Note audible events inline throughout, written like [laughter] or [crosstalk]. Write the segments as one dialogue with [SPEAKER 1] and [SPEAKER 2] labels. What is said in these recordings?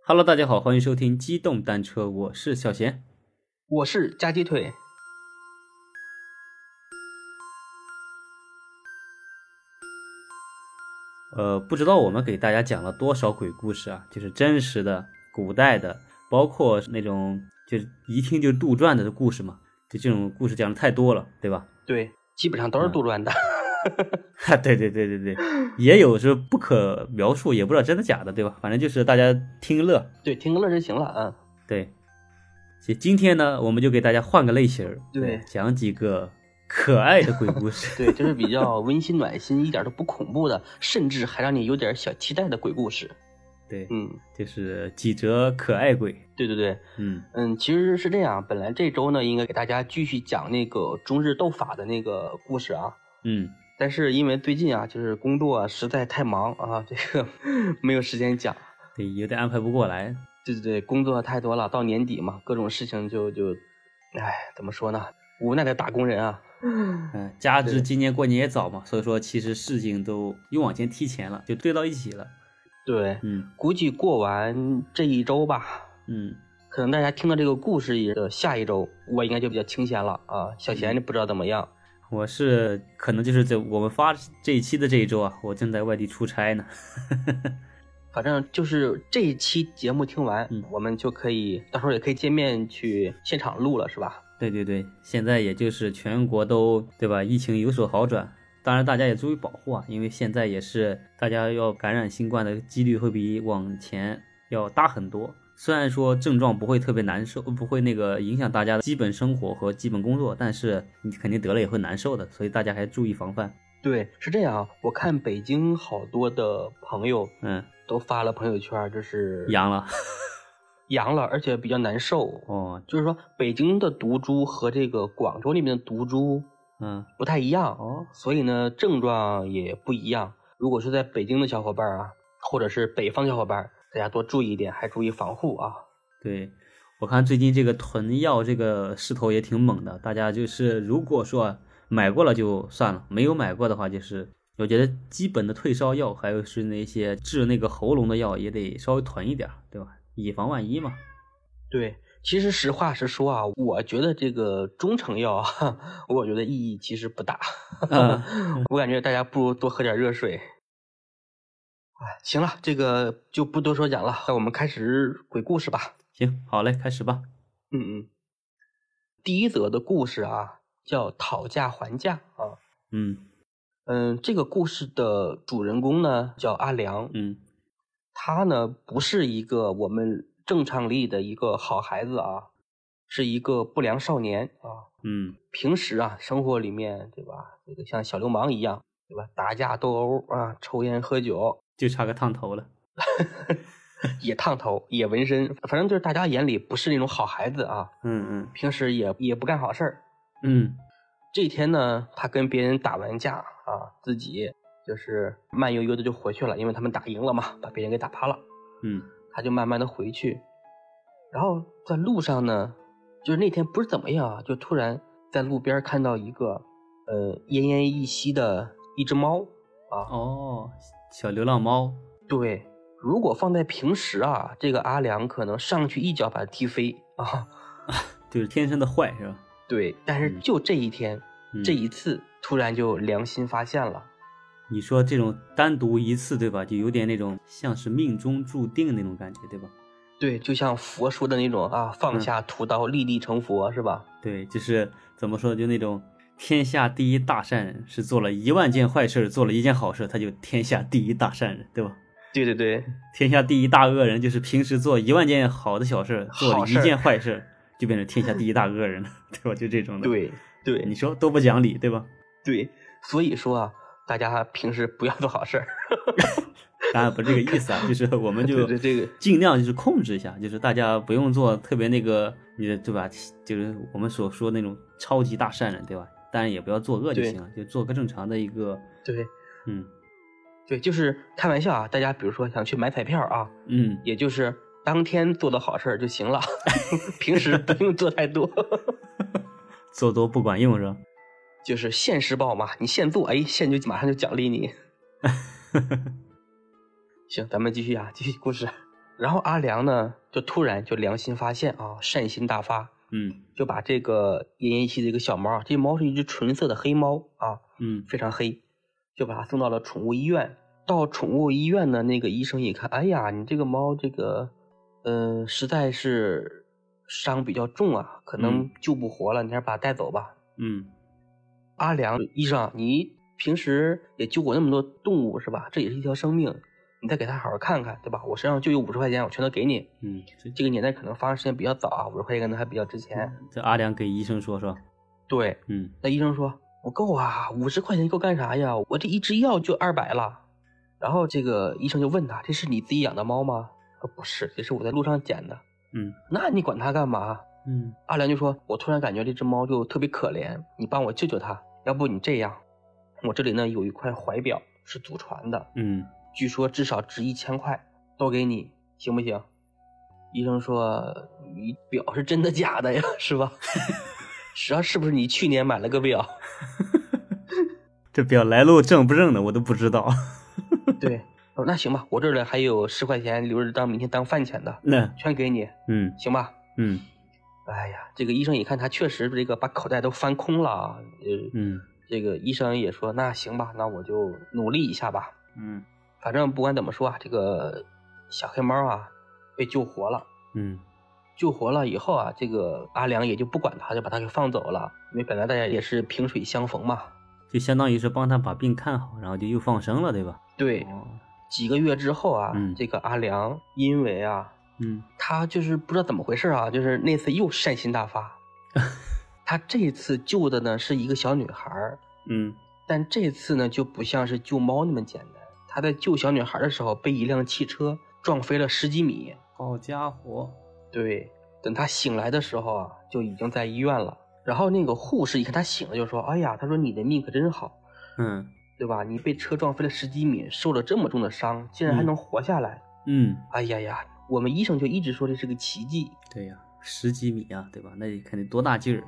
[SPEAKER 1] Hello，大家好，欢迎收听机动单车，我是小贤。
[SPEAKER 2] 我是夹鸡腿。
[SPEAKER 1] 呃，不知道我们给大家讲了多少鬼故事啊，就是真实的、古代的，包括那种就是一听就是杜撰的故事嘛，就这种故事讲的太多了，对吧？ [laughs]
[SPEAKER 2] 对，嗯基本上都是杜 [laughs] 撰的。
[SPEAKER 1] 哈，对对对对对，也有是不可描述，也不知道真的假的，对吧？反正就是大家听乐。
[SPEAKER 2] 对，听个乐就行了啊。
[SPEAKER 1] 对，所以今天呢，我们就给大家换个类型儿，
[SPEAKER 2] 对
[SPEAKER 1] 讲几个可爱的鬼故事。
[SPEAKER 2] [laughs] 对，就是比较温馨暖心，一点都不恐怖的，甚至还让你有点小期待的鬼故事。
[SPEAKER 1] 对，
[SPEAKER 2] 嗯，
[SPEAKER 1] 就是几则可爱鬼。
[SPEAKER 2] 对对对，
[SPEAKER 1] 嗯，
[SPEAKER 2] 嗯，其实是这样，本来这周呢应该给大家继续讲那个中日斗法的那个故事啊，
[SPEAKER 1] 嗯，
[SPEAKER 2] 但是因为最近啊，就是工作、啊、实在太忙啊，这个 [laughs] 没有时间讲。
[SPEAKER 1] 对，有点安排不过来。
[SPEAKER 2] 对对对，工作太多了，到年底嘛，各种事情就就，哎，怎么说呢？无奈的打工人 [laughs] 啊。
[SPEAKER 1] 嗯，加之
[SPEAKER 2] 对
[SPEAKER 1] 今年过年也早嘛，所以说其实事情都又往前提前了，就堆到一起了。
[SPEAKER 2] 对，
[SPEAKER 1] 嗯
[SPEAKER 2] 估计过完这一周吧，
[SPEAKER 1] 嗯，
[SPEAKER 2] 可能大家听到这个故事也的下一周，我应该就比较清闲了啊。小贤不知道怎么样，
[SPEAKER 1] 我是可能就是在我们发这一期的这一周啊，我正在外地出差呢。
[SPEAKER 2] 反正就是这一期节目听完，
[SPEAKER 1] 嗯
[SPEAKER 2] 我们就可以到时候也可以见面去现场录了，是吧？
[SPEAKER 1] 对对对，现在也就是全国都对吧，疫情有所好转。当然，大家也注意保护啊，因为现在也是大家要感染新冠的几率会比往前要大很多。虽然说症状不会特别难受，不会那个影响大家的基本生活和基本工作，但是你肯定得了也会难受的，所以大家还注意防范。
[SPEAKER 2] 对，是这样啊。我看北京好多的朋友
[SPEAKER 1] 嗯，
[SPEAKER 2] 都发了朋友圈，就是
[SPEAKER 1] 阳了 [laughs]
[SPEAKER 2] 阳了，而且比较难受。
[SPEAKER 1] 哦，
[SPEAKER 2] 就是说，北京的毒株和这个广州那边的毒株
[SPEAKER 1] 嗯
[SPEAKER 2] 不太一样，
[SPEAKER 1] 哦，
[SPEAKER 2] 所以呢，症状也不一样。如果是在北京的小伙伴儿啊，或者是北方小伙伴儿，大家多注意一点，还注意防护啊。
[SPEAKER 1] 对，我看最近这个囤药这个势头也挺猛的，大家就是如果说买过了就算了，没有买过的话，就是我觉得基本的退烧药，还有是那些治那个喉咙的药，也得稍微囤一点儿，对吧？以防万一
[SPEAKER 2] [laughs]
[SPEAKER 1] 嘛。
[SPEAKER 2] 对，其实实话实说啊，我觉得这个中成药啊， [laughs] 我觉得意义其实不大。
[SPEAKER 1] 嗯
[SPEAKER 2] 我感觉大家不如多喝点热水。哎，行了，这个就不多说讲了，那我们开始鬼故事吧。
[SPEAKER 1] 行，好嘞，开始吧。
[SPEAKER 2] 嗯，嗯，第一则的故事啊，叫讨价还价啊。
[SPEAKER 1] 嗯
[SPEAKER 2] 嗯，这个故事的主人公呢叫阿良，
[SPEAKER 1] 嗯
[SPEAKER 2] 他呢不是一个我们正常理解的一个好孩子啊，是一个不良少年啊。
[SPEAKER 1] 嗯，
[SPEAKER 2] 平时啊，生活里面对吧，这个像小流氓一样，对吧？打架斗殴啊，抽烟喝酒，
[SPEAKER 1] 就差个烫头了。
[SPEAKER 2] 也烫头，也纹身，反正就是大家眼里不是那种好孩子啊。
[SPEAKER 1] 嗯嗯
[SPEAKER 2] 平时也也不干好事儿，
[SPEAKER 1] 嗯
[SPEAKER 2] 这天呢，他跟别人打完架啊，自己就是慢悠悠的就回去了，因为他们打赢了嘛，把别人给打趴了，
[SPEAKER 1] 嗯
[SPEAKER 2] 他就慢慢的回去。然后在路上呢，就是那天不是怎么样啊，就突然在路边看到一个呃奄奄一息的一只猫啊，
[SPEAKER 1] 哦，小流浪猫。
[SPEAKER 2] 对，如果放在平时啊，这个阿良可能上去一脚把它踢飞 [laughs] 啊，
[SPEAKER 1] 就是天生的坏是吧？
[SPEAKER 2] 对，但是
[SPEAKER 1] 嗯
[SPEAKER 2] 就这一天，
[SPEAKER 1] 嗯、
[SPEAKER 2] 这一次突然就良心发现了。
[SPEAKER 1] 你说这种单独一次，对吧？就有点那种像是命中注定那种感觉，对吧？
[SPEAKER 2] 对，就像佛说的那种啊，放
[SPEAKER 1] 嗯
[SPEAKER 2] 下屠刀，立地成佛，是吧？
[SPEAKER 1] 对，就是怎么说，就那种天下第一大善人，是做了一万件坏事，做了一件好事，他就天下第一大善人，对吧？
[SPEAKER 2] 对对对
[SPEAKER 1] 天下第一大恶人，就是平时做一万件好的小事，做了
[SPEAKER 2] 好
[SPEAKER 1] 一
[SPEAKER 2] 事儿
[SPEAKER 1] 件坏事，就变成天下第一大恶人了， [laughs] 对吧？就这种的。，
[SPEAKER 2] 对
[SPEAKER 1] 你
[SPEAKER 2] 对
[SPEAKER 1] 说多不讲理，对吧？
[SPEAKER 2] 对，所以说啊，大家平时不要做好事儿。
[SPEAKER 1] 当然不是这个意思啊，就是我
[SPEAKER 2] [laughs]
[SPEAKER 1] 们就
[SPEAKER 2] 对对这个
[SPEAKER 1] 尽量就是控制一下，就是大家不用做特别那个，你的对吧？就是我们所说那种超级大善人，对吧？当然也不要作恶就
[SPEAKER 2] 对
[SPEAKER 1] 行了，就做个正常的一个，
[SPEAKER 2] 对
[SPEAKER 1] 嗯
[SPEAKER 2] 对，就是开玩笑啊，大家比如说想去买彩票啊，
[SPEAKER 1] 嗯，
[SPEAKER 2] 也就是当天做的好事儿就行了， [laughs] 平时不用做太多。 [laughs]
[SPEAKER 1] 做多不管用是吧？
[SPEAKER 2] 就是现实报嘛，你现做，哎，现就 [laughs] 马上就奖励你。行，咱们继续啊，继续故事。然后阿良呢，就突然就良心发现啊，善心大发，
[SPEAKER 1] 嗯
[SPEAKER 2] 就把这个奄奄一息的一个小猫，这猫是一只纯色的黑猫啊，
[SPEAKER 1] 嗯
[SPEAKER 2] 非常黑，就把它送到了宠物医院。到宠物医院呢，那个医生一看，哎呀，你这个猫这个，呃，实在是伤比较重啊，可能
[SPEAKER 1] 嗯
[SPEAKER 2] 救不活了，你还是把它带走吧。
[SPEAKER 1] 嗯
[SPEAKER 2] 阿良医生，啊你平时也救过那么多动物是吧？这也是一条生命，你再给它好好看看，对吧？我身上就有五十块钱，我全都给你。
[SPEAKER 1] 嗯，这
[SPEAKER 2] 这个年代可能发生时间比较早啊，五十块钱可能还比较值钱。
[SPEAKER 1] 这阿良给医生说说，
[SPEAKER 2] 对，
[SPEAKER 1] 嗯
[SPEAKER 2] 那医生说：“不够啊，五十块钱够干啥呀？我这一支药就二百了。”然后这个医生就问他：“这是你自己养的猫吗？”他说：“不是，这是我在路上捡的。
[SPEAKER 1] 嗯”
[SPEAKER 2] 那你管它干嘛？
[SPEAKER 1] 嗯
[SPEAKER 2] 阿良就说：“我突然感觉这只猫就特别可怜，你帮我救救它。要不你这样，我这里呢有一块怀表是祖传的，
[SPEAKER 1] 嗯
[SPEAKER 2] 据说至少值一千块，都给你，行不行？”医生说：“你表是真的假的呀？是吧？ [laughs] 实际上是不是你去年买了个表？”
[SPEAKER 1] 这表来路正不正的我都不知道。 [laughs]
[SPEAKER 2] 对，我说那行吧，我这儿呢还有十块钱留着当明天当饭钱的，
[SPEAKER 1] 那
[SPEAKER 2] 全给你，
[SPEAKER 1] 嗯
[SPEAKER 2] 行吧？
[SPEAKER 1] 嗯
[SPEAKER 2] 哎呀，这个医生一看他确实这个把口袋都翻空了啊，呃，
[SPEAKER 1] 嗯
[SPEAKER 2] 这个医生也说那行吧，那我就努力一下吧，
[SPEAKER 1] 嗯
[SPEAKER 2] 反正不管怎么说啊，这个小黑猫啊被救活了。
[SPEAKER 1] 嗯
[SPEAKER 2] 救活了以后啊，这个阿良也就不管他，就把他给放走了，因为本来大家也是萍水相逢嘛。
[SPEAKER 1] 就相当于是帮他把病看好，然后就又放生了，对吧？
[SPEAKER 2] 对，
[SPEAKER 1] 哦
[SPEAKER 2] 几个月之后啊，
[SPEAKER 1] 嗯
[SPEAKER 2] 这个阿良因为啊
[SPEAKER 1] 嗯
[SPEAKER 2] 他就是不知道怎么回事啊，就是那次又善心大发。他这次救的呢是一个小女孩儿，
[SPEAKER 1] 嗯
[SPEAKER 2] 但这次呢就不像是救猫那么简单。他在救小女孩的时候被一辆汽车撞飞了十几米。
[SPEAKER 1] 好家伙，
[SPEAKER 2] 对，等他醒来的时候啊，就已经在医院了。然后那个护士一看他醒了，就说：“哎呀，他说你的命可真好，
[SPEAKER 1] 嗯
[SPEAKER 2] 对吧？你被车撞飞了十几米，受了这么重的伤，竟然还
[SPEAKER 1] 嗯
[SPEAKER 2] 能活下来。
[SPEAKER 1] 嗯，
[SPEAKER 2] 哎呀呀，我们医生就一直说这是个奇迹。
[SPEAKER 1] 对呀、十几米啊，对吧？那得肯定多大劲儿。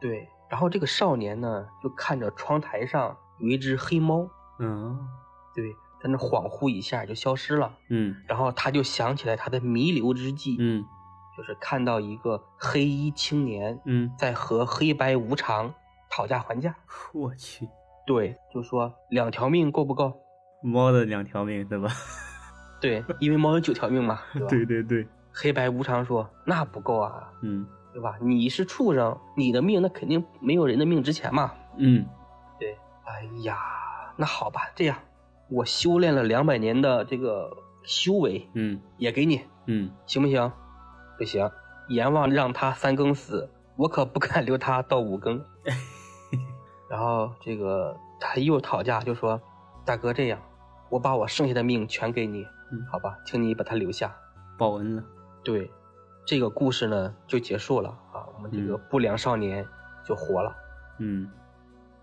[SPEAKER 2] 对，然后这个少年呢，就看着窗台上有一只黑猫，
[SPEAKER 1] 嗯
[SPEAKER 2] 对，在那恍惚一下就消失了。
[SPEAKER 1] 嗯
[SPEAKER 2] 然后他就想起来他的弥留之际，
[SPEAKER 1] 嗯
[SPEAKER 2] 就是看到一个黑衣青年
[SPEAKER 1] 嗯，
[SPEAKER 2] 在和黑白无常讨价还价。
[SPEAKER 1] 我去，
[SPEAKER 2] 对，就说两条命够不够？
[SPEAKER 1] 猫的两条命，对吧？ [laughs]
[SPEAKER 2] 对，因为猫有九条命嘛，对吧？
[SPEAKER 1] 对对对，
[SPEAKER 2] 黑白无常说那不够啊，
[SPEAKER 1] 嗯
[SPEAKER 2] 对吧？你是畜生，你的命那肯定没有人的命值钱嘛。
[SPEAKER 1] 嗯
[SPEAKER 2] 哎呀，那好吧，这样，我修炼了两百年的这个修为
[SPEAKER 1] 嗯
[SPEAKER 2] 也给你，
[SPEAKER 1] 嗯
[SPEAKER 2] 行不行？不行，阎王让他三更死，我可不敢留他到
[SPEAKER 1] [laughs]
[SPEAKER 2] 五更。然后这个他又讨价，就说：“大哥，这样，我把我剩下的命全给你，
[SPEAKER 1] 嗯，
[SPEAKER 2] 好吧，请你把他留下。
[SPEAKER 1] 报恩了。”
[SPEAKER 2] 对，这个故事呢就结束了啊，我们这个
[SPEAKER 1] 嗯
[SPEAKER 2] 不良少年就活了。
[SPEAKER 1] 嗯，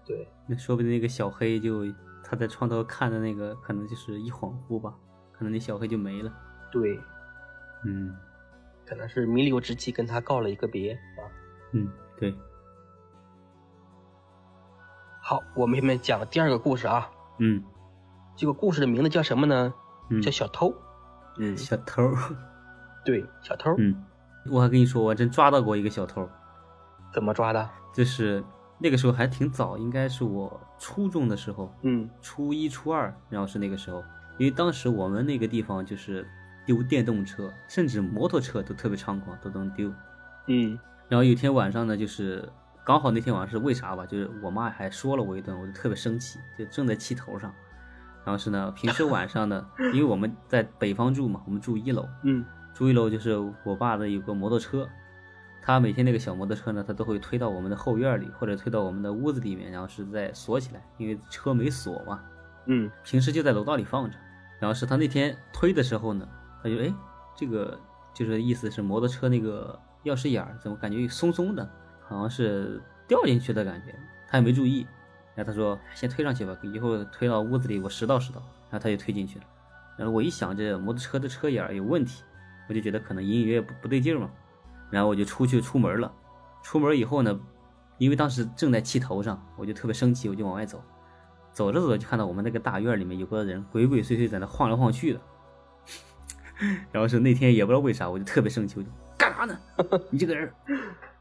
[SPEAKER 2] 对，
[SPEAKER 1] 那说不定那个小黑就他在床头看的那个，可能就是一恍惚吧，可能那小黑就没了。
[SPEAKER 2] 对，
[SPEAKER 1] 嗯
[SPEAKER 2] 可能是弥留之际跟他告了一个别啊。
[SPEAKER 1] 嗯，对，
[SPEAKER 2] 好，我们下面讲第二个故事啊。
[SPEAKER 1] 嗯
[SPEAKER 2] 这个故事的名字叫什么呢？
[SPEAKER 1] 嗯，
[SPEAKER 2] 叫小偷。嗯
[SPEAKER 1] 小偷儿。
[SPEAKER 2] 对，小偷、
[SPEAKER 1] 嗯， [laughs] 我还跟你说，我真抓到过一个小偷儿，
[SPEAKER 2] 怎么抓的？
[SPEAKER 1] 就是那个时候还挺早，应该是我初中的时候，
[SPEAKER 2] 嗯
[SPEAKER 1] 初一、初二，然后是那个时候，因为当时我们那个地方就是丢电动车，甚至摩托车都特别猖狂，都能丢。
[SPEAKER 2] 嗯
[SPEAKER 1] 然后有一天晚上呢，就是刚好那天晚上是为啥吧？就是我妈还说了我一顿，我就特别生气，就正在气头上。然后是呢，平时晚上呢，因为我们在北方住嘛，我们住一楼，
[SPEAKER 2] 嗯
[SPEAKER 1] 住一楼就是我爸的有个摩托车，他每天那个小摩托车呢，他都会推到我们的后院里，或者推到我们的屋子里面，然后是在锁起来，因为车没锁嘛。
[SPEAKER 2] 嗯
[SPEAKER 1] 平时就在楼道里放着。然后是他那天推的时候呢，他就哎，这个就是意思是摩托车那个钥匙眼儿怎么感觉松松的，好像是掉进去的感觉，他也没注意。然后他说先推上去吧，以后推到屋子里我拾到拾到。然后他就推进去了。然后呃我一想这摩托车的车眼儿有问题，我就觉得可能隐隐约约不不对劲儿嘛。然后我就出去出门了。出门以后呢，因为当时正在气头上，我就特别生气，我就往外走。走着走着就看到我们那个大院里面有个人鬼鬼祟祟在那晃来晃去的， [laughs] 然后是那天也不知道为啥，我就特别生气，我就干啥呢？你这个人！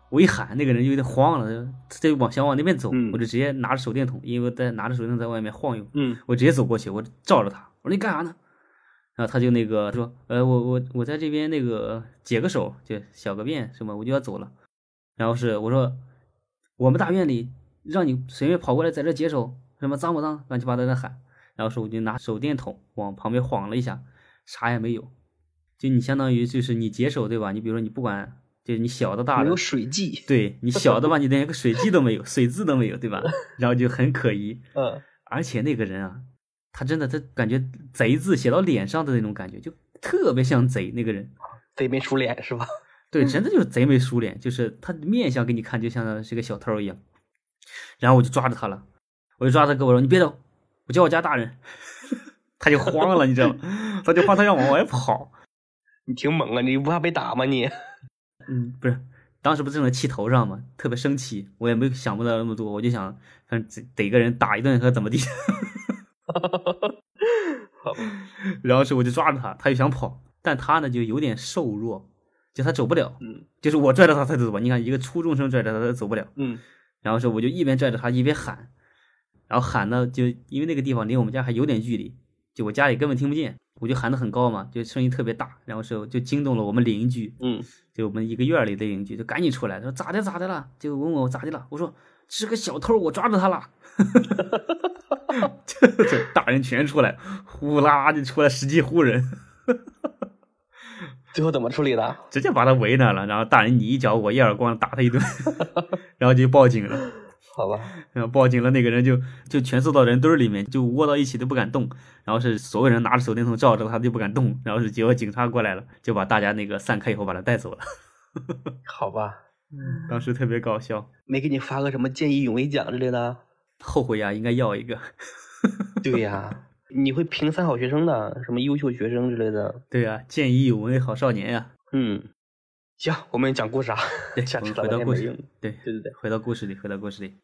[SPEAKER 1] 我一喊，那个人就有点慌了，他就往想往那边走，我
[SPEAKER 2] 嗯
[SPEAKER 1] 就直接拿着手电筒，因为我在拿着手电筒在外面晃悠，
[SPEAKER 2] 嗯
[SPEAKER 1] 我直接走过去，我照着他，我说你干啥呢？然后他就那个说，呃，我我我在这边那个解个手，就小个便什么，我就要走了。然后是我说，我们大院里让你随便跑过来在这解手，什么脏不脏？乱七八糟的喊。然后是我就拿手电筒往旁边晃了一下，啥也没有。就你相当于就是你解手对吧？你比如说你不管，就是你小的大
[SPEAKER 2] 没
[SPEAKER 1] 的
[SPEAKER 2] 有，水迹，
[SPEAKER 1] 对你小的吧，你连个水迹都没有，水渍都没有对吧？然后就很可疑。
[SPEAKER 2] 嗯，
[SPEAKER 1] 而且那个人啊，他真的他感觉贼字写到脸上的那种感觉，就特别像贼。那个人，
[SPEAKER 2] 贼眉鼠脸是吧？ [laughs]
[SPEAKER 1] 对，真的就是贼眉鼠脸，就是他面相给你看就像是个小偷一样。然后我就抓着他了，我就抓着胳膊说：“你别走，我叫我家大人。” [laughs] 他就慌了，你知道吗？他就慌，他要往外跑。
[SPEAKER 2] 你挺猛啊，你不怕被打吗你？ [laughs]
[SPEAKER 1] 嗯，不是，当时不是正在气头上嘛，特别生气，我也没想不到那么多，我就想，反正逮逮个人打一顿和怎么地。
[SPEAKER 2] [laughs] 好吧
[SPEAKER 1] 然后是我就抓着他，他又想跑，但他呢就有点瘦弱，就他走不了，
[SPEAKER 2] 嗯
[SPEAKER 1] 就是我拽着他，他就走吧。你看一个初中生拽着他，他走不了。
[SPEAKER 2] 嗯
[SPEAKER 1] 然后是我就一边拽着他一边喊，然后喊呢就因为那个地方离我们家还有点距离，就我家里根本听不见，我就喊得很高嘛，就声音特别大，然后是就惊动了我们邻居，
[SPEAKER 2] 嗯
[SPEAKER 1] 就我们一个院儿里的邻居，就赶紧出来，他说咋的咋的了，就问我咋的了，我说是个小偷，我抓住他了。 [laughs] 这这大人全出来，呼啦就出来十几户人， [laughs]
[SPEAKER 2] 最后怎么处理的？
[SPEAKER 1] 直接把他围那了。然后大人你一脚我一耳光，打他一顿， [laughs] 然后就报警了。
[SPEAKER 2] 好吧，
[SPEAKER 1] 然后报警了，那个人就就全缩到人堆儿里面，就窝到一起都不敢动。然后是所有人拿着手电筒照着他，就不敢动。然后是结果警察过来了，就把大家那个散开以后把他带走了。 [laughs]
[SPEAKER 2] 好吧，
[SPEAKER 1] 当时特别搞笑，
[SPEAKER 2] 没给你发个什么见义勇为奖之类的？ [laughs]
[SPEAKER 1] 后悔呀，应该要一个。
[SPEAKER 2] 对呀、你会评三好学生的，什么优秀学生之类的。
[SPEAKER 1] 对呀、见义勇为好少年呀、
[SPEAKER 2] 嗯，行，我们讲故事啊，
[SPEAKER 1] 对，
[SPEAKER 2] 下
[SPEAKER 1] 我
[SPEAKER 2] 次
[SPEAKER 1] 们
[SPEAKER 2] 咱
[SPEAKER 1] 回
[SPEAKER 2] 们
[SPEAKER 1] 到
[SPEAKER 2] 也
[SPEAKER 1] 故
[SPEAKER 2] 没
[SPEAKER 1] 事
[SPEAKER 2] 用。，
[SPEAKER 1] 对，
[SPEAKER 2] 对对对，
[SPEAKER 1] 回到故事里，回到故事里。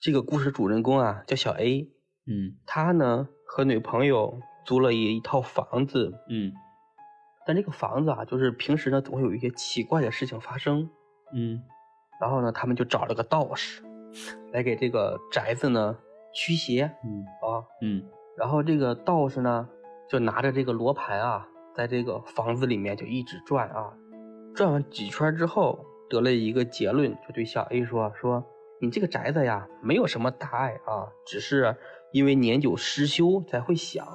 [SPEAKER 2] 这个故事主人公啊叫小 A，
[SPEAKER 1] 嗯
[SPEAKER 2] 他呢和女朋友租了一一套房子，
[SPEAKER 1] 嗯
[SPEAKER 2] 但这个房子啊，就是平时呢总会有一些奇怪的事情发生。
[SPEAKER 1] 嗯
[SPEAKER 2] 然后呢，他们就找了个道士来给这个宅子呢驱邪
[SPEAKER 1] 嗯
[SPEAKER 2] 啊。
[SPEAKER 1] 嗯
[SPEAKER 2] 然后这个道士呢，就拿着这个罗盘啊，在这个房子里面就一直转啊，转完几圈之后，得了一个结论，就对小 A 说：“说你这个宅子呀，没有什么大碍啊，只是因为年久失修才会响。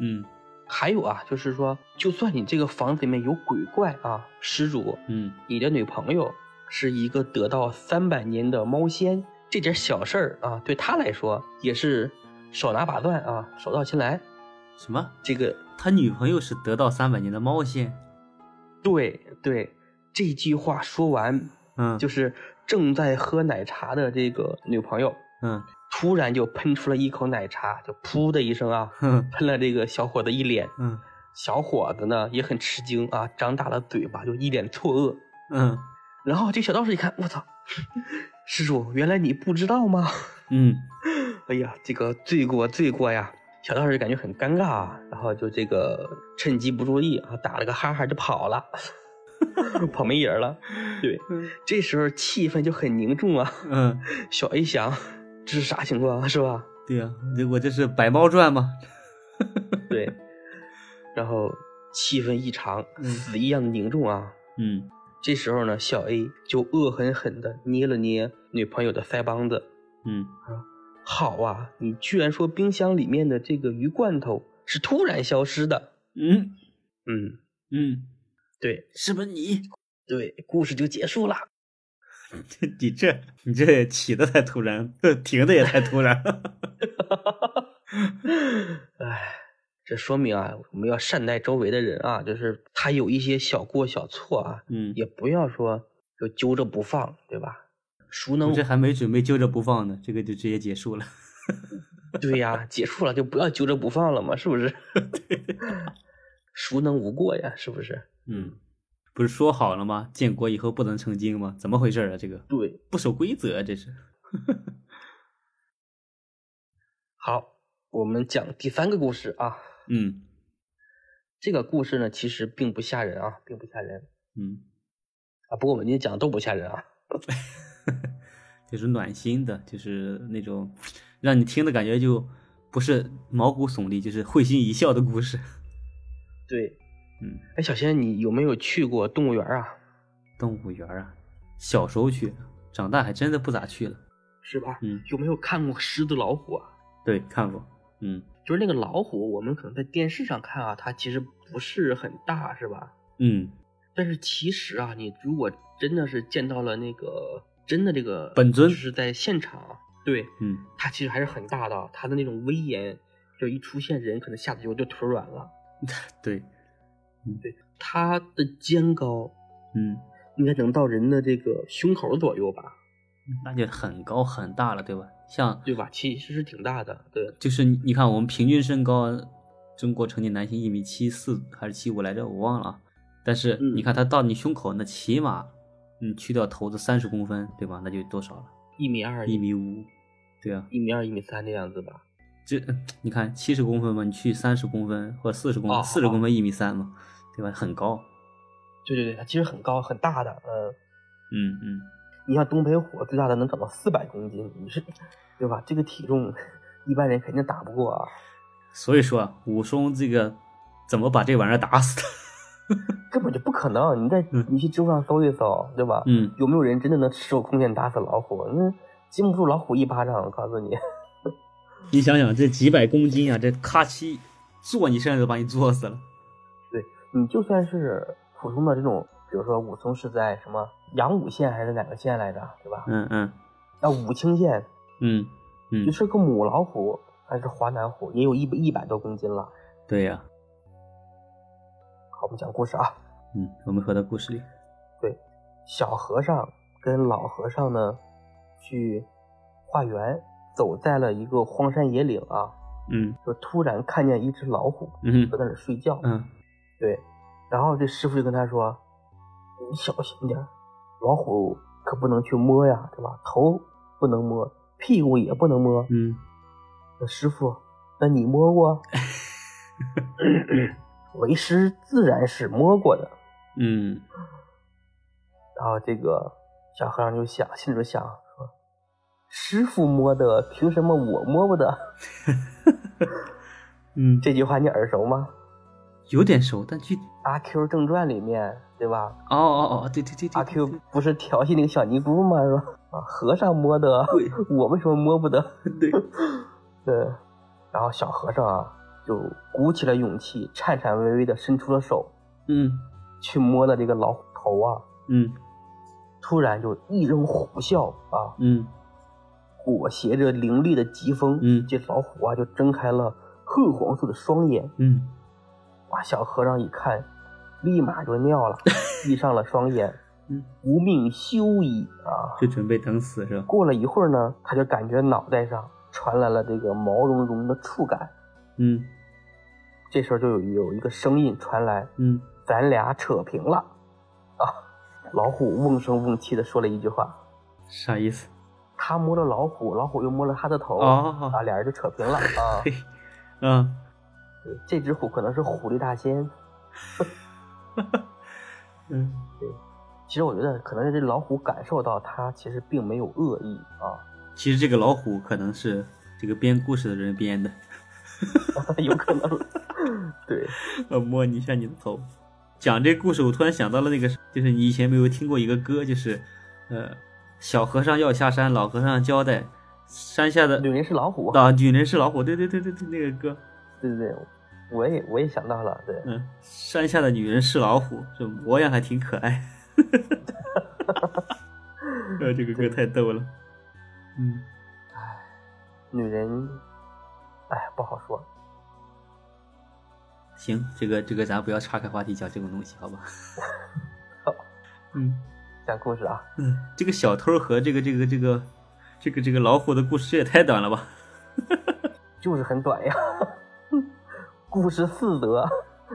[SPEAKER 1] 嗯
[SPEAKER 2] 还有啊，就是说，就算你这个房子里面有鬼怪啊，施主，
[SPEAKER 1] 嗯
[SPEAKER 2] 你的女朋友是一个得到三百年的猫仙，这点小事儿啊，对她来说也是手拿把攥啊，手到擒来。
[SPEAKER 1] 什么？
[SPEAKER 2] 这个
[SPEAKER 1] 他女朋友是得到三百年的猫仙？
[SPEAKER 2] 对对，这句话说完，
[SPEAKER 1] 嗯，
[SPEAKER 2] 就是正在喝奶茶的这个女朋友，
[SPEAKER 1] 嗯
[SPEAKER 2] 突然就喷出了一口奶茶，就噗的一声啊，
[SPEAKER 1] 哼
[SPEAKER 2] 喷了这个小伙子一脸。
[SPEAKER 1] 嗯
[SPEAKER 2] 小伙子呢也很吃惊啊，张大了嘴巴，就一脸错愕。
[SPEAKER 1] 嗯
[SPEAKER 2] 然后这小道士一看，我操， [laughs] 施主，原来你不知道吗？
[SPEAKER 1] 嗯
[SPEAKER 2] 哎呀，这个罪过罪过呀！小道士感觉很尴尬啊，然后就这个趁机不注意啊，打了个哈哈就跑了， [laughs] 跑没影儿了。对，
[SPEAKER 1] 嗯
[SPEAKER 2] 这时候气氛就很凝重啊。
[SPEAKER 1] 嗯，
[SPEAKER 2] 小 A 想，这是啥情况啊是吧？
[SPEAKER 1] 对呀、这我这是百猫传吗？
[SPEAKER 2] 对，然后气氛异常，
[SPEAKER 1] 嗯
[SPEAKER 2] 死一样的凝重啊。
[SPEAKER 1] 嗯
[SPEAKER 2] 这时候呢，小 A 就恶狠狠地捏了捏女朋友的腮帮子，
[SPEAKER 1] 嗯
[SPEAKER 2] 好啊，你居然说冰箱里面的这个鱼罐头是突然消失的。
[SPEAKER 1] 嗯
[SPEAKER 2] 嗯，
[SPEAKER 1] 嗯，
[SPEAKER 2] 对
[SPEAKER 1] 是不是你？
[SPEAKER 2] 对，故事就结束了。
[SPEAKER 1] [laughs] 你这你这也起的太突然， [laughs] 停的也太突然。
[SPEAKER 2] 哎，这说明啊，我们要善待周围的人啊，就是他有一些小过小错啊，
[SPEAKER 1] 嗯，
[SPEAKER 2] 也不要说就揪着不放，对吧？孰
[SPEAKER 1] 我
[SPEAKER 2] 能
[SPEAKER 1] 这还没准备揪着不放呢，这个就直接结束了。
[SPEAKER 2] 对呀、结束了就不要揪着不放了嘛，是不是？孰能无过呀？是不是？
[SPEAKER 1] 嗯，不是说好了吗？建国以后不能成精吗？怎么回事啊？这个
[SPEAKER 2] 对，
[SPEAKER 1] 不守规则啊，这是。
[SPEAKER 2] 好，我们讲第三个故事啊。
[SPEAKER 1] 嗯
[SPEAKER 2] 这个故事呢，其实并不吓人啊，并不吓人
[SPEAKER 1] 嗯，
[SPEAKER 2] 啊。不过我们今天讲的都不吓人啊。
[SPEAKER 1] 就是暖心的，就是那种让你听的感觉就不是毛骨悚然，就是会心一笑的故事。
[SPEAKER 2] 对，
[SPEAKER 1] 嗯，
[SPEAKER 2] 哎，小仙，你有没有去过动物园啊？
[SPEAKER 1] 动物园啊，小时候去，长大还真的不咋去了。
[SPEAKER 2] 是吧？
[SPEAKER 1] 嗯，
[SPEAKER 2] 有没有看过狮子、老虎啊？
[SPEAKER 1] 对，看过。嗯
[SPEAKER 2] 就是那个老虎，我们可能在电视上看啊，它其实不是很大，是吧？
[SPEAKER 1] 嗯，
[SPEAKER 2] 但是其实啊，你如果真的是见到了那个真的这个
[SPEAKER 1] 本尊
[SPEAKER 2] 就是在现场啊，对，
[SPEAKER 1] 嗯，
[SPEAKER 2] 它其实还是很大的啊，它的那种威严，就一出现人可能吓得就就腿软了。
[SPEAKER 1] 对，
[SPEAKER 2] 它的肩高
[SPEAKER 1] 嗯，
[SPEAKER 2] 应该能到人的这个胸口左右吧，
[SPEAKER 1] 那就很高很大了，对吧？像
[SPEAKER 2] 对吧？其实是挺大的，对，
[SPEAKER 1] 就是你你看，我们平均身高，中国成年男性一米七四还是七五来着，我忘了啊。但是
[SPEAKER 2] 嗯
[SPEAKER 1] 你看他到你胸口，那起码你去掉头子三十公分，对吧？那就多少了？
[SPEAKER 2] 一米二，
[SPEAKER 1] 一米五，对啊，
[SPEAKER 2] 一米二，一米三的样子吧。
[SPEAKER 1] 这你看七十公分嘛，你去三十公分或者四十公
[SPEAKER 2] 哦
[SPEAKER 1] 分，四十公分一米三嘛，对吧？很高，
[SPEAKER 2] 对对对，它其实很高很大的，嗯、
[SPEAKER 1] 嗯嗯，
[SPEAKER 2] 你像东北虎最大的能长到四百公斤，你是对吧？这个体重一般人肯定打不过啊，
[SPEAKER 1] 所以说啊，武松这个怎么把这玩意儿打死的？ [laughs]
[SPEAKER 2] 根本就不可能。你在
[SPEAKER 1] 嗯
[SPEAKER 2] 你去知乎上搜一搜，对吧？
[SPEAKER 1] 嗯，
[SPEAKER 2] 有没有人真的能赤手空拳打死老虎？那经不住老虎一巴掌，我告诉你。 [laughs]
[SPEAKER 1] 你想想这几百公斤啊，这咔嚓坐你身上就把你坐死了。
[SPEAKER 2] 你就算是普通的这种，比如说武松是在什么阳武县还是哪个县来着，对吧？
[SPEAKER 1] 嗯嗯
[SPEAKER 2] 那武清县
[SPEAKER 1] 嗯嗯
[SPEAKER 2] 就，是个母老虎还是华南虎，也有一百一百多公斤了。
[SPEAKER 1] 对呀、
[SPEAKER 2] 好，我们讲故事啊。
[SPEAKER 1] 嗯，我们回到故事里，
[SPEAKER 2] 小和尚跟老和尚呢去化缘，走在了一个荒山野岭啊，
[SPEAKER 1] 嗯
[SPEAKER 2] 就突然看见一只老虎
[SPEAKER 1] 嗯
[SPEAKER 2] 就在那儿睡觉。
[SPEAKER 1] 嗯
[SPEAKER 2] 对，然后这师傅就跟他说：“你小心点儿，老虎可不能去摸呀，对吧？头不能摸，屁股也不能摸。
[SPEAKER 1] 嗯，
[SPEAKER 2] 那师傅，那你
[SPEAKER 1] [laughs]
[SPEAKER 2] 摸过？为师自然是摸过的。
[SPEAKER 1] 嗯
[SPEAKER 2] 然后这个小和尚就想，心里就想说：“师傅摸的，凭什么我摸不得 [laughs]
[SPEAKER 1] 嗯？”，
[SPEAKER 2] 这句话你耳熟吗？
[SPEAKER 1] 有点熟，但具体
[SPEAKER 2] 《阿 Q 正传》里面，对吧？
[SPEAKER 1] 哦哦哦，对对对
[SPEAKER 2] 阿
[SPEAKER 1] 对对
[SPEAKER 2] Q 不是调戏那个小尼姑吗？是吧？啊，和尚摸的，我为什么摸不得？
[SPEAKER 1] 对 [laughs] 对，
[SPEAKER 2] 对。然后小和尚啊，就鼓起了勇气，颤颤巍巍的伸出了手，
[SPEAKER 1] 嗯
[SPEAKER 2] 去摸了这个老虎头啊。
[SPEAKER 1] 嗯
[SPEAKER 2] 突然就一声虎啸啊，
[SPEAKER 1] 嗯
[SPEAKER 2] 裹挟着凌厉的疾风，
[SPEAKER 1] 嗯
[SPEAKER 2] 这老虎啊就睁开了褐黄色的双眼，
[SPEAKER 1] 嗯，
[SPEAKER 2] 哇！小和尚一看，立马就
[SPEAKER 1] [laughs]
[SPEAKER 2] 尿了，闭上了双眼
[SPEAKER 1] 嗯，
[SPEAKER 2] 无命休矣啊！
[SPEAKER 1] 就准备等死是吧？
[SPEAKER 2] 过了一会儿呢，他就感觉脑袋上传来了这个毛茸茸的触感，
[SPEAKER 1] 嗯
[SPEAKER 2] 这时候就有有一个声音传来
[SPEAKER 1] 嗯，：“
[SPEAKER 2] 咱俩扯平了。”啊！老虎瓮声瓮气的说了一句话，
[SPEAKER 1] 啥意思？
[SPEAKER 2] 他摸了老虎，老虎又摸了他的头，
[SPEAKER 1] 哦
[SPEAKER 2] 啊，俩人就扯平了
[SPEAKER 1] [laughs]
[SPEAKER 2] 啊！
[SPEAKER 1] 嘿，嗯。
[SPEAKER 2] 对这只虎可能是虎力大仙，
[SPEAKER 1] 嗯
[SPEAKER 2] 其实我觉得可能是这老虎感受到它其实并没有恶意啊，， [laughs]
[SPEAKER 1] 其实这个老虎可能是这个编故事的人编的，
[SPEAKER 2] 有可能， [laughs] 对，
[SPEAKER 1] 呃，摸你一下你的头。讲这故事，我突然想到了那个，就是你以前没有听过一个歌，就是，呃，小和尚要下山，老和尚交代，山下的
[SPEAKER 2] 女人是老虎，
[SPEAKER 1] 啊，女人是老虎，对对对对对，那个歌，
[SPEAKER 2] 对对对，我也我也想到了，对，
[SPEAKER 1] 嗯，山下的女人是老虎，这模样还挺可爱。 [laughs] 呃，这个歌太逗了，嗯，
[SPEAKER 2] 女人，哎，不好说，
[SPEAKER 1] 行，这个这个咱不要岔开话题讲这种东西，好吧？ [laughs]
[SPEAKER 2] 好，
[SPEAKER 1] 嗯。
[SPEAKER 2] 讲故事啊，
[SPEAKER 1] 嗯，这个小偷和这个这个这个这个这个老虎的故事这也太短了吧？
[SPEAKER 2] 就是很短呀， [laughs] 故事四则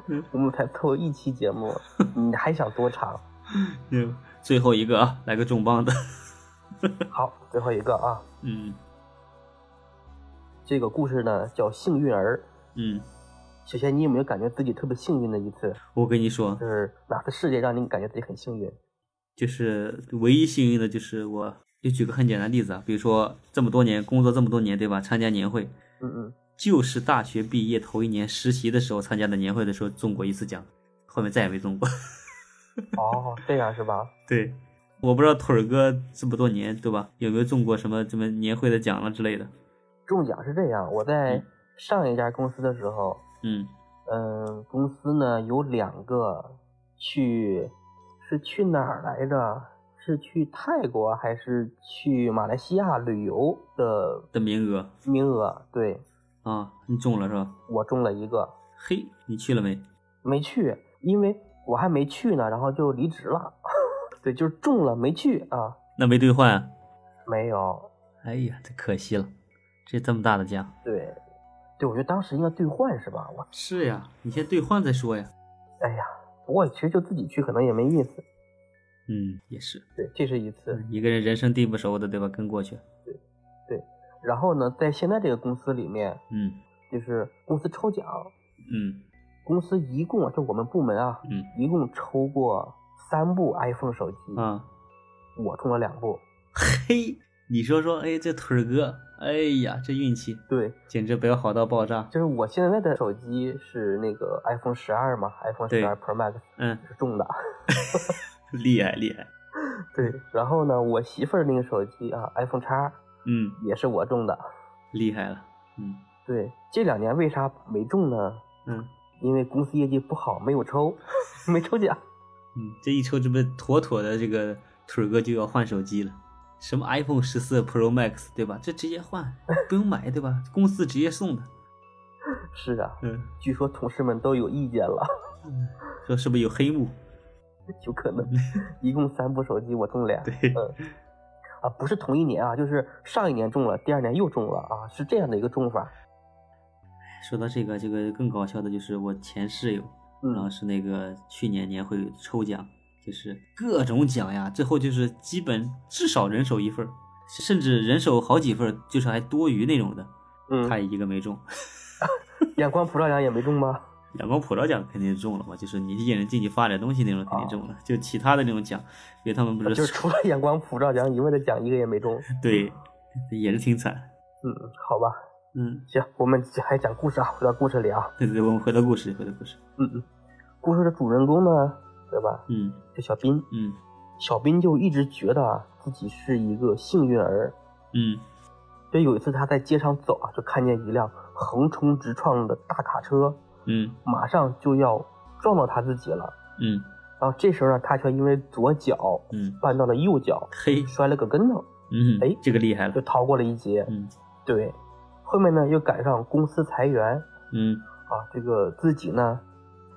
[SPEAKER 1] 嗯，
[SPEAKER 2] 我们才凑一期节
[SPEAKER 1] [laughs]
[SPEAKER 2] 目，你还想多长？
[SPEAKER 1] 嗯，最后一个啊，来个重磅的。
[SPEAKER 2] 好，最后一个啊，
[SPEAKER 1] 嗯
[SPEAKER 2] 这个故事呢叫幸运儿，
[SPEAKER 1] 嗯
[SPEAKER 2] 小仙，你有没有感觉自己特别幸运的一次？
[SPEAKER 1] 我跟你说，
[SPEAKER 2] 就是哪次事件让你感觉自己很幸运？
[SPEAKER 1] 就是唯一幸运的就是我，就举个很简单的例子啊，比如说这么多年工作这么多年，对吧？参加年会，
[SPEAKER 2] 嗯嗯，
[SPEAKER 1] 就是大学毕业头一年实习的时候参加的年会的时候中过一次奖，后面再也没中过。 [laughs]
[SPEAKER 2] 哦，这样是吧？
[SPEAKER 1] 对，我不知道腿儿哥这么多年，对吧？有没有中过什么什么年会的奖了之类的？
[SPEAKER 2] 中奖是这样，我在
[SPEAKER 1] 嗯
[SPEAKER 2] 上一家公司的时候，
[SPEAKER 1] 嗯
[SPEAKER 2] 嗯，公司呢有两个去，是去哪儿来着？是去泰国还是去马来西亚旅游的
[SPEAKER 1] 的名额
[SPEAKER 2] 名额？对
[SPEAKER 1] 啊，你中了是吧？
[SPEAKER 2] 我中了一个，
[SPEAKER 1] 嘿，你去了没？
[SPEAKER 2] 没去，因为我还没去呢，然后就离职了。 [laughs] 对，就是中了没去啊，
[SPEAKER 1] 那没兑换、啊？
[SPEAKER 2] 没有。
[SPEAKER 1] 哎呀，这可惜了，这这么大的奖。
[SPEAKER 2] 对，对，我觉得当时应该兑换是吧？我
[SPEAKER 1] 是呀，你先兑换再说呀。
[SPEAKER 2] 哎呀，不过其实就自己去可能也没意思。
[SPEAKER 1] 嗯，也是，
[SPEAKER 2] 对，这是一次。
[SPEAKER 1] 一个人人生地不熟的，对吧？跟过去，
[SPEAKER 2] 然后呢，在现在这个公司里面，
[SPEAKER 1] 嗯
[SPEAKER 2] 就是公司抽奖，
[SPEAKER 1] 嗯
[SPEAKER 2] 公司一共啊，就我们部门啊，
[SPEAKER 1] 嗯
[SPEAKER 2] 一共抽过三部 iPhone 手机，
[SPEAKER 1] 啊，
[SPEAKER 2] 我中了两部。
[SPEAKER 1] 嘿，你说说，哎，这腿儿哥，哎呀，这运气
[SPEAKER 2] 对，
[SPEAKER 1] 简直不要好到爆炸。
[SPEAKER 2] 就是我现在的手机是那个 iPhone 十二嘛，iPhone
[SPEAKER 1] 对
[SPEAKER 2] 十二 Pro Max
[SPEAKER 1] 嗯，
[SPEAKER 2] 是中的。 [laughs]
[SPEAKER 1] 厉害厉害。
[SPEAKER 2] 对，然后呢，我媳妇儿那个手机啊，iPhone 叉
[SPEAKER 1] 嗯，
[SPEAKER 2] 也是我中的。
[SPEAKER 1] 厉害了。嗯
[SPEAKER 2] 对，这两年为啥没中呢？
[SPEAKER 1] 嗯
[SPEAKER 2] 因为公司业绩不好，没
[SPEAKER 1] [laughs]
[SPEAKER 2] 有抽，没抽奖。
[SPEAKER 1] 嗯，这一抽，这不妥妥的这个腿儿哥就要换手机了。什么 iPhone 十四 Pro Max 对吧？这直接换，不用买对吧？公司直接送的。
[SPEAKER 2] 是啊，
[SPEAKER 1] 嗯，
[SPEAKER 2] 据说同事们都有意见了， [laughs]
[SPEAKER 1] 说是不是有黑幕？
[SPEAKER 2] 有
[SPEAKER 1] [laughs]
[SPEAKER 2] 可能。一共三部手机，我中俩。
[SPEAKER 1] 对，
[SPEAKER 2] 啊，不是同一年啊，就是上一年中了，第二年又中了啊，是这样的一个中法。
[SPEAKER 1] 说到这个，这个更搞笑的就是我前室友，然后
[SPEAKER 2] 嗯，
[SPEAKER 1] 是那个去年年会抽奖，就是各种奖呀，最后就是基本至少人手一份儿，甚至人手好几份儿，就是还多余那种的，他
[SPEAKER 2] 嗯，
[SPEAKER 1] 也一个没中。
[SPEAKER 2] 眼光普照奖也没中吗？ [laughs]
[SPEAKER 1] 阳光普照奖肯定中了嘛，就是你一人进去发点东西那种肯定中了，就其他的那种奖，因为他们不
[SPEAKER 2] 啊就是是除了眼光普照奖以外的奖一个也
[SPEAKER 1] [laughs]
[SPEAKER 2] 没中。
[SPEAKER 1] 对，也是挺惨。
[SPEAKER 2] 嗯，好吧，
[SPEAKER 1] 嗯，
[SPEAKER 2] 行，我们还讲故事啊，回到故事里啊。
[SPEAKER 1] 对对对，我们回到故事，回到故事。
[SPEAKER 2] 嗯嗯，故事的主人公呢，对吧？
[SPEAKER 1] 嗯
[SPEAKER 2] 就小斌，
[SPEAKER 1] 嗯
[SPEAKER 2] 小斌就一直觉得啊自己是一个幸运儿。
[SPEAKER 1] 嗯
[SPEAKER 2] 就有一次他在街上走啊，就看见一辆横冲直撞的大卡车，
[SPEAKER 1] 嗯
[SPEAKER 2] 马上就要撞到他自己了。
[SPEAKER 1] 嗯
[SPEAKER 2] 然后这时候呢，他却因为左脚
[SPEAKER 1] 嗯，
[SPEAKER 2] 绊到了右脚，
[SPEAKER 1] 嘿，
[SPEAKER 2] 摔了个跟头，
[SPEAKER 1] 嗯，
[SPEAKER 2] 哎
[SPEAKER 1] 这个厉害
[SPEAKER 2] 就
[SPEAKER 1] 了。
[SPEAKER 2] 逃过了一劫。
[SPEAKER 1] 嗯
[SPEAKER 2] 对，后面呢又赶上公司裁员
[SPEAKER 1] 嗯
[SPEAKER 2] 啊，这个自己呢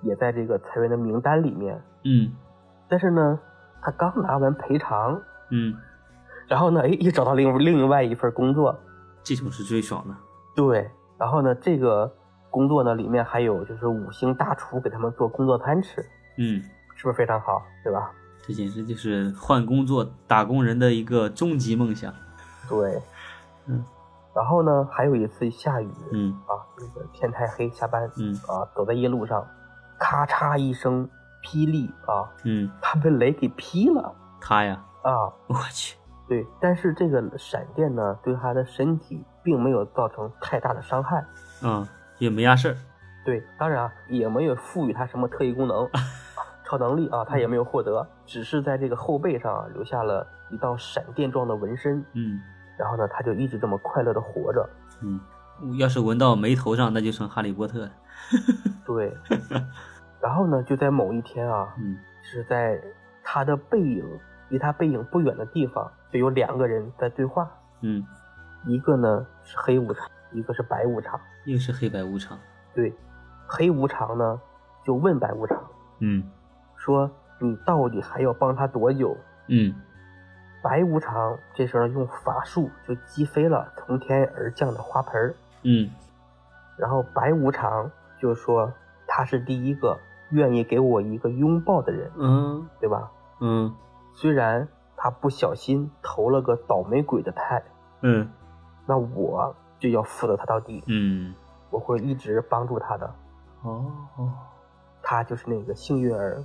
[SPEAKER 2] 也在这个裁员的名单里面，
[SPEAKER 1] 嗯
[SPEAKER 2] 但是呢他刚拿完赔偿，
[SPEAKER 1] 嗯，
[SPEAKER 2] 然后呢哎又找到另另外一份工作，
[SPEAKER 1] 这种是最爽的。
[SPEAKER 2] 对，然后呢这个工作呢里面还有就是五星大厨给他们做工作餐吃，
[SPEAKER 1] 嗯，
[SPEAKER 2] 是不是非常好，对吧？
[SPEAKER 1] 这简直就是换工作打工人的一个终极梦想。
[SPEAKER 2] 对，
[SPEAKER 1] 嗯，
[SPEAKER 2] 然后呢还有一次下雨，
[SPEAKER 1] 嗯
[SPEAKER 2] 啊，那个天太黑，下班，
[SPEAKER 1] 嗯
[SPEAKER 2] 啊，走在夜路上，咔嚓一声霹雳啊， [laughs]
[SPEAKER 1] 嗯，
[SPEAKER 2] 他被雷给劈了
[SPEAKER 1] 他呀，
[SPEAKER 2] 啊。
[SPEAKER 1] 我去，
[SPEAKER 2] 对，但是这个闪电呢，对他的身体并没有造成太大的伤害。
[SPEAKER 1] 嗯，也没啥事儿。
[SPEAKER 2] 对，当然啊，也没有赋予他什么特异功能、超能力啊，他也没有获得，只是在这个后背上啊留下了一道闪电状的纹身。
[SPEAKER 1] 嗯
[SPEAKER 2] 然后呢，他就一直这么快乐的活着。
[SPEAKER 1] 嗯，要是闻到眉头上，那就成哈利波特了。
[SPEAKER 2] 对，然后呢，就在某一天啊，
[SPEAKER 1] 嗯
[SPEAKER 2] 是在他的背影离他背影不远的地方，就有两个人在对话，
[SPEAKER 1] 嗯，
[SPEAKER 2] 一个呢是黑无常，一个是白无常。
[SPEAKER 1] 又是黑白无常。
[SPEAKER 2] 对，黑无常呢就问白无常
[SPEAKER 1] 嗯
[SPEAKER 2] 说：“你到底还要帮他多久
[SPEAKER 1] 嗯，？”
[SPEAKER 2] 白无常这时候用法术就击飞了从天而降的花盆儿，
[SPEAKER 1] 嗯
[SPEAKER 2] 然后白无常就说他是第一个愿意给我一个拥抱的人，
[SPEAKER 1] 嗯
[SPEAKER 2] 对吧？
[SPEAKER 1] 嗯
[SPEAKER 2] 虽然他不小心投了个倒霉鬼的胎，
[SPEAKER 1] 嗯
[SPEAKER 2] 那我就要负责他到底，
[SPEAKER 1] 嗯，
[SPEAKER 2] 我会一直帮助他的。
[SPEAKER 1] 哦，
[SPEAKER 2] 他就是那个幸运儿。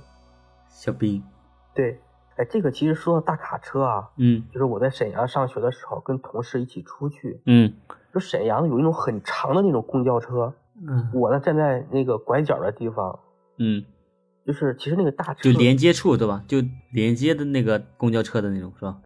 [SPEAKER 1] 小兵，
[SPEAKER 2] 对，哎，这个其实说到大卡车啊，
[SPEAKER 1] 嗯
[SPEAKER 2] 就是我在沈阳上学的时候，跟同事一起出去，
[SPEAKER 1] 嗯
[SPEAKER 2] 就沈阳有一种很长的那种公交车，
[SPEAKER 1] 嗯
[SPEAKER 2] 我呢站在那个拐角的地方，
[SPEAKER 1] 嗯，
[SPEAKER 2] 就是其实那个大车
[SPEAKER 1] 就连接处对吧？就连接的那个公交车的那种是吧？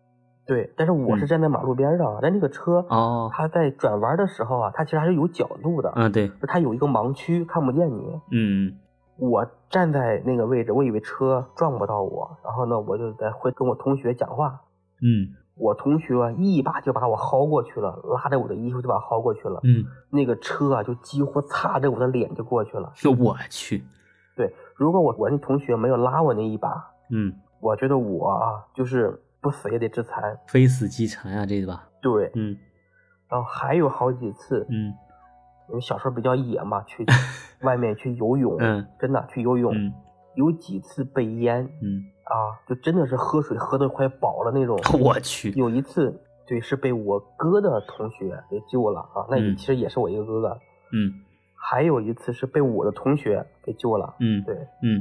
[SPEAKER 2] 对，但是我是
[SPEAKER 1] 嗯
[SPEAKER 2] 站在马路边上，啊但那个车
[SPEAKER 1] 哦，
[SPEAKER 2] 它在转弯的时候啊，它其实还是有角度的，
[SPEAKER 1] 嗯对，
[SPEAKER 2] 就它有一个盲区看不见你。
[SPEAKER 1] 嗯
[SPEAKER 2] 我站在那个位置，我以为车撞不到我，然后呢，我就在会跟我同学讲话，
[SPEAKER 1] 嗯
[SPEAKER 2] 我同学啊一把就把我薅过去了，拉着我的衣服就把我薅过去了。
[SPEAKER 1] 嗯，
[SPEAKER 2] 那个车啊，就几乎擦着我的脸就过去了。
[SPEAKER 1] 嗯我去，
[SPEAKER 2] 对，如果我我那同学没有拉我那一把，
[SPEAKER 1] 嗯，
[SPEAKER 2] 我觉得我啊就是不死也得致残。
[SPEAKER 1] 非死即残啊，这个吧？
[SPEAKER 2] 对，
[SPEAKER 1] 嗯
[SPEAKER 2] 然后还有好几次，
[SPEAKER 1] 嗯
[SPEAKER 2] 因为小时候比较野嘛，
[SPEAKER 1] [laughs]
[SPEAKER 2] 去外面去游泳，
[SPEAKER 1] 嗯
[SPEAKER 2] 真的去游泳，
[SPEAKER 1] 嗯
[SPEAKER 2] 有几次被淹
[SPEAKER 1] 嗯，
[SPEAKER 2] 啊，就真的是喝水喝的快饱了那种。
[SPEAKER 1] [laughs] 我去，
[SPEAKER 2] 有一次，对，是被我哥的同学给救了啊，那也
[SPEAKER 1] 嗯
[SPEAKER 2] 其实也是我一个哥哥。
[SPEAKER 1] 嗯
[SPEAKER 2] 还有一次是被我的同学给救了，
[SPEAKER 1] 嗯
[SPEAKER 2] 对，
[SPEAKER 1] 嗯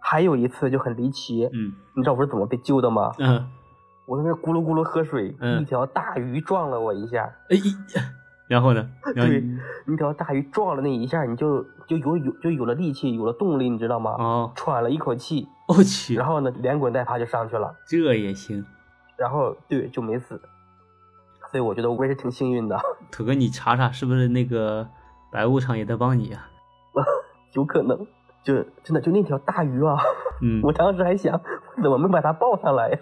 [SPEAKER 2] 还有一次就很离奇，
[SPEAKER 1] 嗯
[SPEAKER 2] 你知道我是怎么被救的吗？
[SPEAKER 1] 嗯，
[SPEAKER 2] 我在那咕噜咕噜喝水，
[SPEAKER 1] 嗯
[SPEAKER 2] 一条大鱼撞了我一下，
[SPEAKER 1] 哎，一 [laughs] 然后呢？然后
[SPEAKER 2] [laughs] 对
[SPEAKER 1] 你
[SPEAKER 2] 一条大鱼撞了那一下，你就就有有就有了力气，有了动力，你知道吗？
[SPEAKER 1] 哦，
[SPEAKER 2] 喘了一口气，
[SPEAKER 1] 我去
[SPEAKER 2] 然，后呢，连滚带爬就上去了，
[SPEAKER 1] 这也行。
[SPEAKER 2] 然后对就没死，所以我觉得我也是挺幸运的，
[SPEAKER 1] 土哥，你查查是不是那个白无常也在帮你啊？
[SPEAKER 2] 有可能就真的就那条大鱼啊，
[SPEAKER 1] 嗯
[SPEAKER 2] 我当时还想怎么没把它抱上来呀、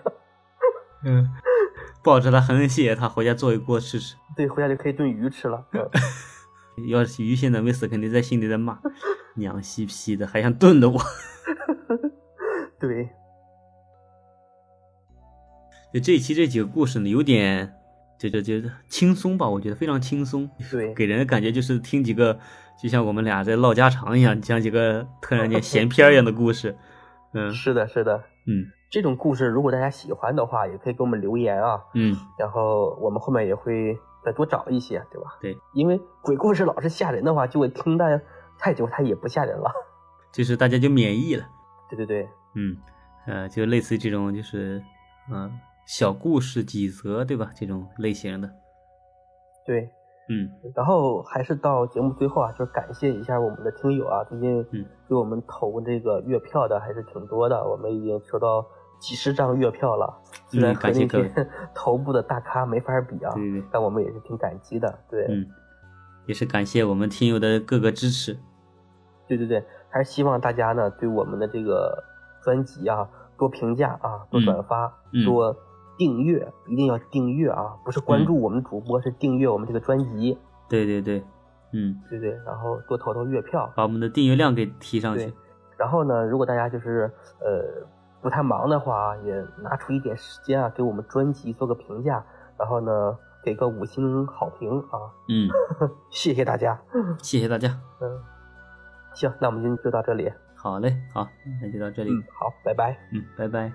[SPEAKER 1] 嗯， [laughs] 抱着他很谢谢他，回家做一锅吃吃。
[SPEAKER 2] 对，回家就可以炖鱼吃了。嗯
[SPEAKER 1] 要是鱼现在没死，肯定在心里在
[SPEAKER 2] [laughs]
[SPEAKER 1] 骂，娘西皮的，还想炖了我。 [laughs]
[SPEAKER 2] 对，
[SPEAKER 1] 就这一期这几个故事呢，有点就就就轻松吧，我觉得非常轻松，[laughs]
[SPEAKER 2] 对
[SPEAKER 1] 给人的感觉就是听几个就像我们俩在唠家常一样，讲几个突然间闲篇儿一样的故事。嗯
[SPEAKER 2] 是的，是的。
[SPEAKER 1] 嗯
[SPEAKER 2] 这种故事如果大家喜欢的话，也可以给我们留言啊，
[SPEAKER 1] 嗯，
[SPEAKER 2] 然后我们后面也会再多找一些，对吧？
[SPEAKER 1] 对，
[SPEAKER 2] 因为鬼故事老是吓人的话，就会听的太久，它也不吓人了。 [laughs]
[SPEAKER 1] 就是大家就免疫了。
[SPEAKER 2] 对对对，
[SPEAKER 1] 嗯，呃，就类似于这种，就是嗯、呃小故事几则，对吧？这种类型的，
[SPEAKER 2] 对。
[SPEAKER 1] 嗯
[SPEAKER 2] 然后还是到节目最后啊，就是感谢一下我们的听友啊，最近
[SPEAKER 1] 嗯
[SPEAKER 2] 给我们投这个月票的还是挺多的，我们已经收到几十张月票了，虽然
[SPEAKER 1] 嗯
[SPEAKER 2] 和
[SPEAKER 1] 感谢
[SPEAKER 2] 那
[SPEAKER 1] 各位
[SPEAKER 2] 些 [laughs] 头部的大咖没法比啊，
[SPEAKER 1] 对对对
[SPEAKER 2] 但我们也是挺感激的。对，
[SPEAKER 1] 嗯，也是感谢我们听友的各个支持。
[SPEAKER 2] 对对对，还是希望大家呢对我们的这个专辑啊多评价啊，多
[SPEAKER 1] 嗯
[SPEAKER 2] 转发，
[SPEAKER 1] 嗯
[SPEAKER 2] 多订阅，一定要订阅啊！不是关注我们主播，是订阅我们这个专辑，
[SPEAKER 1] 对对对，嗯，
[SPEAKER 2] 对对。然后多投投月票，
[SPEAKER 1] 把我们的订阅量给提上去
[SPEAKER 2] 对。然后呢，如果大家就是呃不太忙的话，啊也拿出一点时间啊，给我们专辑做个评价，然后呢给个五星好评啊，
[SPEAKER 1] 嗯，
[SPEAKER 2] 谢谢大家。
[SPEAKER 1] 谢谢大家。
[SPEAKER 2] 嗯，行，那我们今天就到这里。
[SPEAKER 1] 好嘞，好，那就到这里。
[SPEAKER 2] 嗯，好，拜拜。
[SPEAKER 1] 嗯，拜拜。